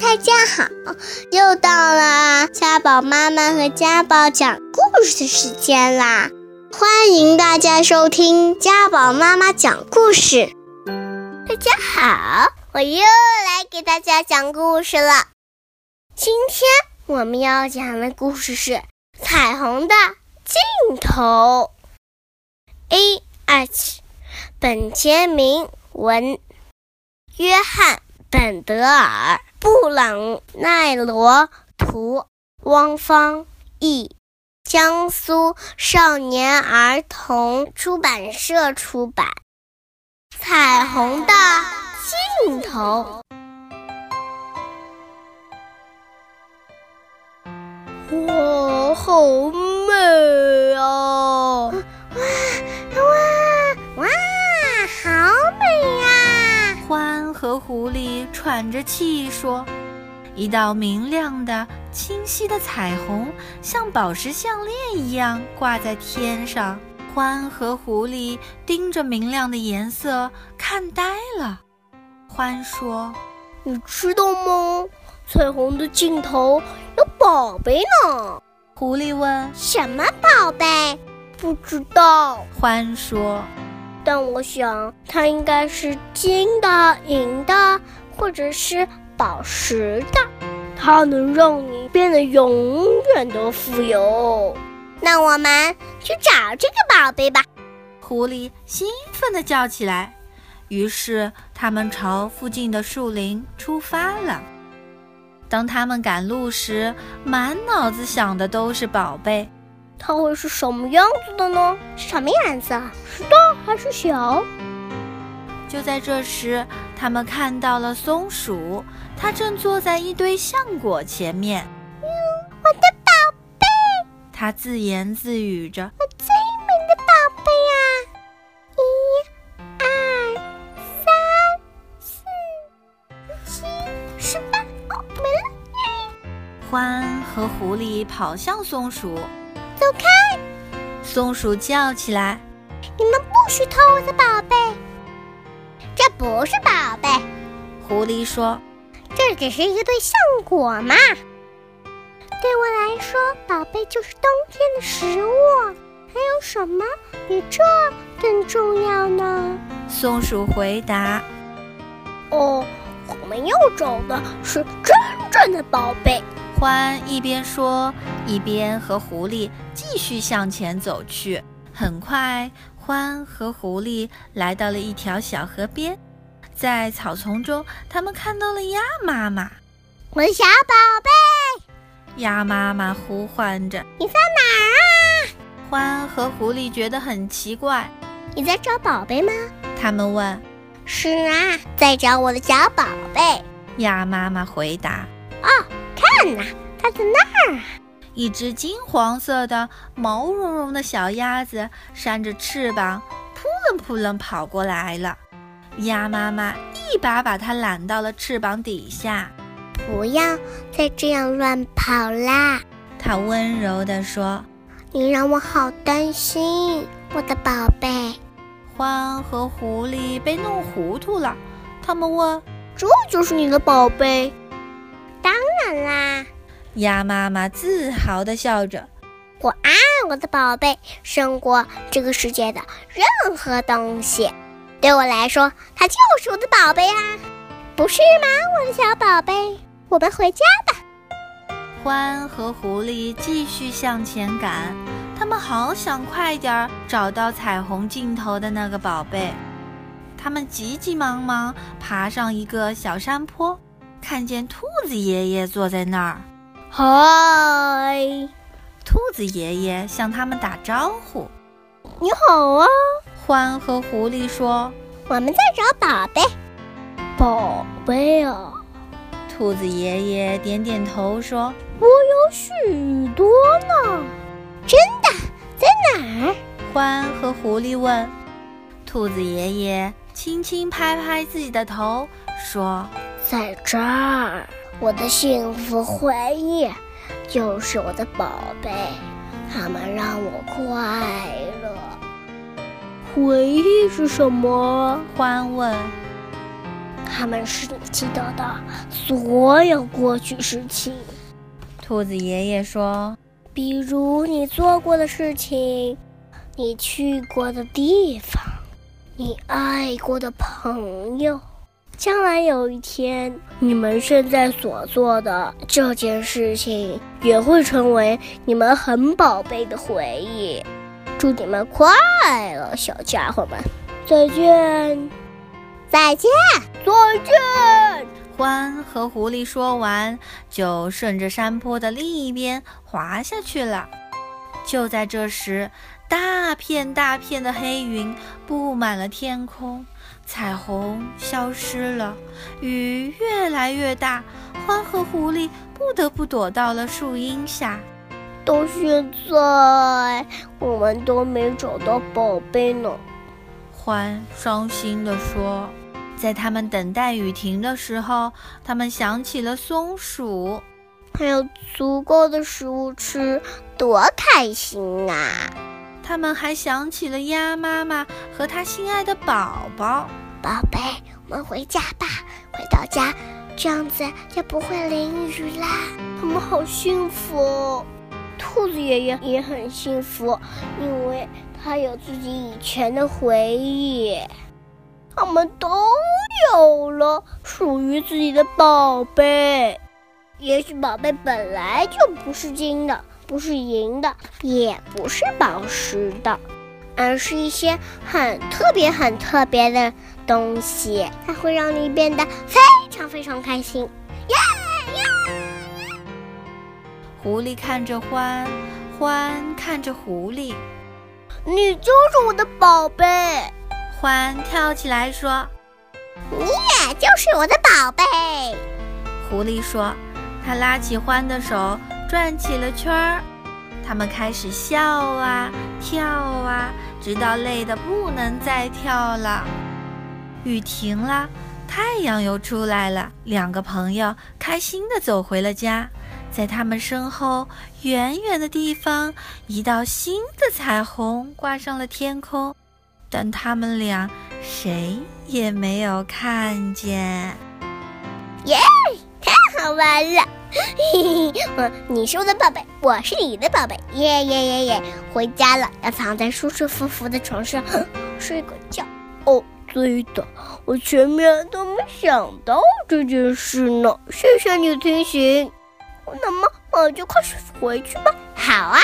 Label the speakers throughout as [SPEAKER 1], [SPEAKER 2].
[SPEAKER 1] 大家好，
[SPEAKER 2] 哦
[SPEAKER 1] 又到了家宝妈妈和家宝讲故事的时间啦！欢迎大家收听家宝妈妈讲故事。
[SPEAKER 2] 大家好，我又来给大家讲故事了。今天我们要讲的故事是《彩虹的尽头》。A.H. 本杰明文，约翰。本德尔·布朗奈罗图，汪芳译，江苏少年儿童出版社出版。彩虹的尽头。哇，好美啊！
[SPEAKER 1] 哇哇哇，好美呀、
[SPEAKER 2] 啊
[SPEAKER 3] 獾和狐狸喘着气说：“一道明亮的、清晰的彩虹，像宝石项链一样挂在天上。”獾和狐狸盯着明亮的颜色看呆了。獾说
[SPEAKER 2] 你知道吗？彩虹的尽头有宝贝呢。：“
[SPEAKER 3] 狐狸问。
[SPEAKER 1] 什么宝贝？
[SPEAKER 2] 不知道，”
[SPEAKER 3] 獾说
[SPEAKER 2] 但我想它应该是金的、银的，或者是宝石的。它能让你变得永远的富有。
[SPEAKER 1] 那我们去找这个宝贝吧。：“
[SPEAKER 3] 狐狸兴奋地叫起来。”于是他们朝附近的树林出发了。当他们赶路时，满脑子想的都是宝贝。
[SPEAKER 2] 它会是什么样子的呢？
[SPEAKER 1] 什么颜色？
[SPEAKER 2] 啊是大还是小？
[SPEAKER 3] 就在这时，他们看到了松鼠，它正坐在一堆橡果前面。我的宝贝，它自言自语着。
[SPEAKER 1] 啊是吧？哦，没了，
[SPEAKER 3] 獾和狐狸跑向松鼠，走开！松鼠叫起来。
[SPEAKER 1] 你们不许偷我的宝贝。这不是宝贝，
[SPEAKER 3] 狐狸说
[SPEAKER 1] 这只是一堆橡果嘛。对我来说，宝贝就是冬天的食物。还有什么比这更重要呢？：“
[SPEAKER 3] 松鼠回答。
[SPEAKER 2] 哦，我们要找的是真正的宝贝。”
[SPEAKER 3] 獾一边说，一边和狐狸继续向前走去。很快，獾和狐狸来到了一条小河边，在草丛中，他们看到了鸭妈妈。
[SPEAKER 1] 我的小宝贝，
[SPEAKER 3] 鸭妈妈呼唤着
[SPEAKER 1] 你在哪：“啊
[SPEAKER 3] 獾和狐狸觉得很奇怪。
[SPEAKER 1] 儿啊？你在找宝贝吗？”
[SPEAKER 3] 他们问
[SPEAKER 1] 是啊，在找我的小宝贝。
[SPEAKER 3] 鸭妈妈回答
[SPEAKER 1] 看呐、它在那儿。：“
[SPEAKER 3] 一只金黄色的毛茸茸的小鸭子扇着翅膀，扑棱扑棱跑过来了。”鸭妈妈一把把它揽到了翅膀底下，
[SPEAKER 1] 不要再这样乱跑啦！
[SPEAKER 3] 它温柔地说
[SPEAKER 1] 你让我好担心，我的宝贝。：“
[SPEAKER 3] 獾和狐狸被弄糊涂了。”他们问
[SPEAKER 2] 这就是你的宝贝。
[SPEAKER 1] 当然啦，
[SPEAKER 3] 鸭妈妈，自豪地笑着。
[SPEAKER 1] 我爱我的宝贝胜过这个世界的任何东西。对我来说，它就是我的宝贝啊，不是吗，我的小宝贝？我们回家。
[SPEAKER 3] 獾和狐狸继续向前赶，他们好想快点儿找到彩虹尽头的那个宝贝。他们急急忙忙爬上一个小山坡，看见兔子爷爷坐在那儿。
[SPEAKER 2] 嗨，
[SPEAKER 3] 兔子爷爷向他们打招呼。
[SPEAKER 2] 你好啊，
[SPEAKER 3] 獾和狐狸说
[SPEAKER 1] 我们在找宝贝，
[SPEAKER 2] 宝贝啊！：“
[SPEAKER 3] 兔子爷爷点点头说，
[SPEAKER 2] 有许多呢。
[SPEAKER 3] 獾和狐狸问。”兔子爷爷轻轻拍拍自己的头，说
[SPEAKER 2] 在这儿，我的幸福回忆就是我的宝贝，它们让我快乐。回忆是什么？：“
[SPEAKER 3] 獾问。”
[SPEAKER 1] 他们是记得的所有过去事情，
[SPEAKER 2] 兔子爷爷说
[SPEAKER 1] 比如你做过的事情，你去过的地方，你爱过的朋友。将来有一天，你们现在所做的这件事情也会成为你们很宝贝的回忆。祝你们快乐，小家伙们！再见，
[SPEAKER 2] 再见。
[SPEAKER 1] 再见！
[SPEAKER 3] 獾和狐狸说完，就顺着山坡的另一边滑下去了。就在这时，大片大片的黑云布满了天空，彩虹消失了，雨越来越大，獾和狐狸不得不躲到了树荫下。
[SPEAKER 1] 到现在，我们都没找到宝贝呢。
[SPEAKER 3] 獾伤心地说。在他们等待雨停的时候，他们想起了松鼠。
[SPEAKER 1] 还有足够的食物吃，多开心啊！
[SPEAKER 3] 他们还想起了鸭妈妈和她心爱的宝宝。
[SPEAKER 2] 宝贝，我们回家吧，回到家，这样子就不会淋雨啦。
[SPEAKER 1] 我们好幸福哦！兔子爷爷也很幸福，因为他有自己以前的回忆。我们都有了属于自己的宝贝。也许宝贝本来就不是金的，不是银的，也不是宝石的，而是一些很特别、很特别的东西，它会让你变得非常非常开心。耶耶！
[SPEAKER 3] 狐狸看着獾，獾看着狐狸，
[SPEAKER 1] 你就是我的宝贝。
[SPEAKER 2] 哎
[SPEAKER 3] 獾跳起来说：“
[SPEAKER 2] 你也就是我的宝贝。”
[SPEAKER 3] 狐狸说：“他拉起獾的手，转起了圈儿。”他们开始笑啊，跳啊，直到累得不能再跳了。雨停了，太阳又出来了。两个朋友开心地走回了家。在他们身后，远远的地方，一道新的彩虹挂上了天空。但他们俩谁也没有看见。
[SPEAKER 2] 耶，yeah, 太好玩了！ 嘿嘿，我你是我的宝贝，我是你的宝贝。耶耶耶耶，回家了，要躺在舒舒服服的床上 睡个觉。
[SPEAKER 1] 哦，对的，我前面都没想到这件事呢。谢谢你提醒。那么我就快回去吧。
[SPEAKER 2] 好啊。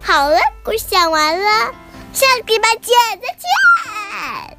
[SPEAKER 2] 好了，故事讲完了，下个礼拜见，再
[SPEAKER 1] 见。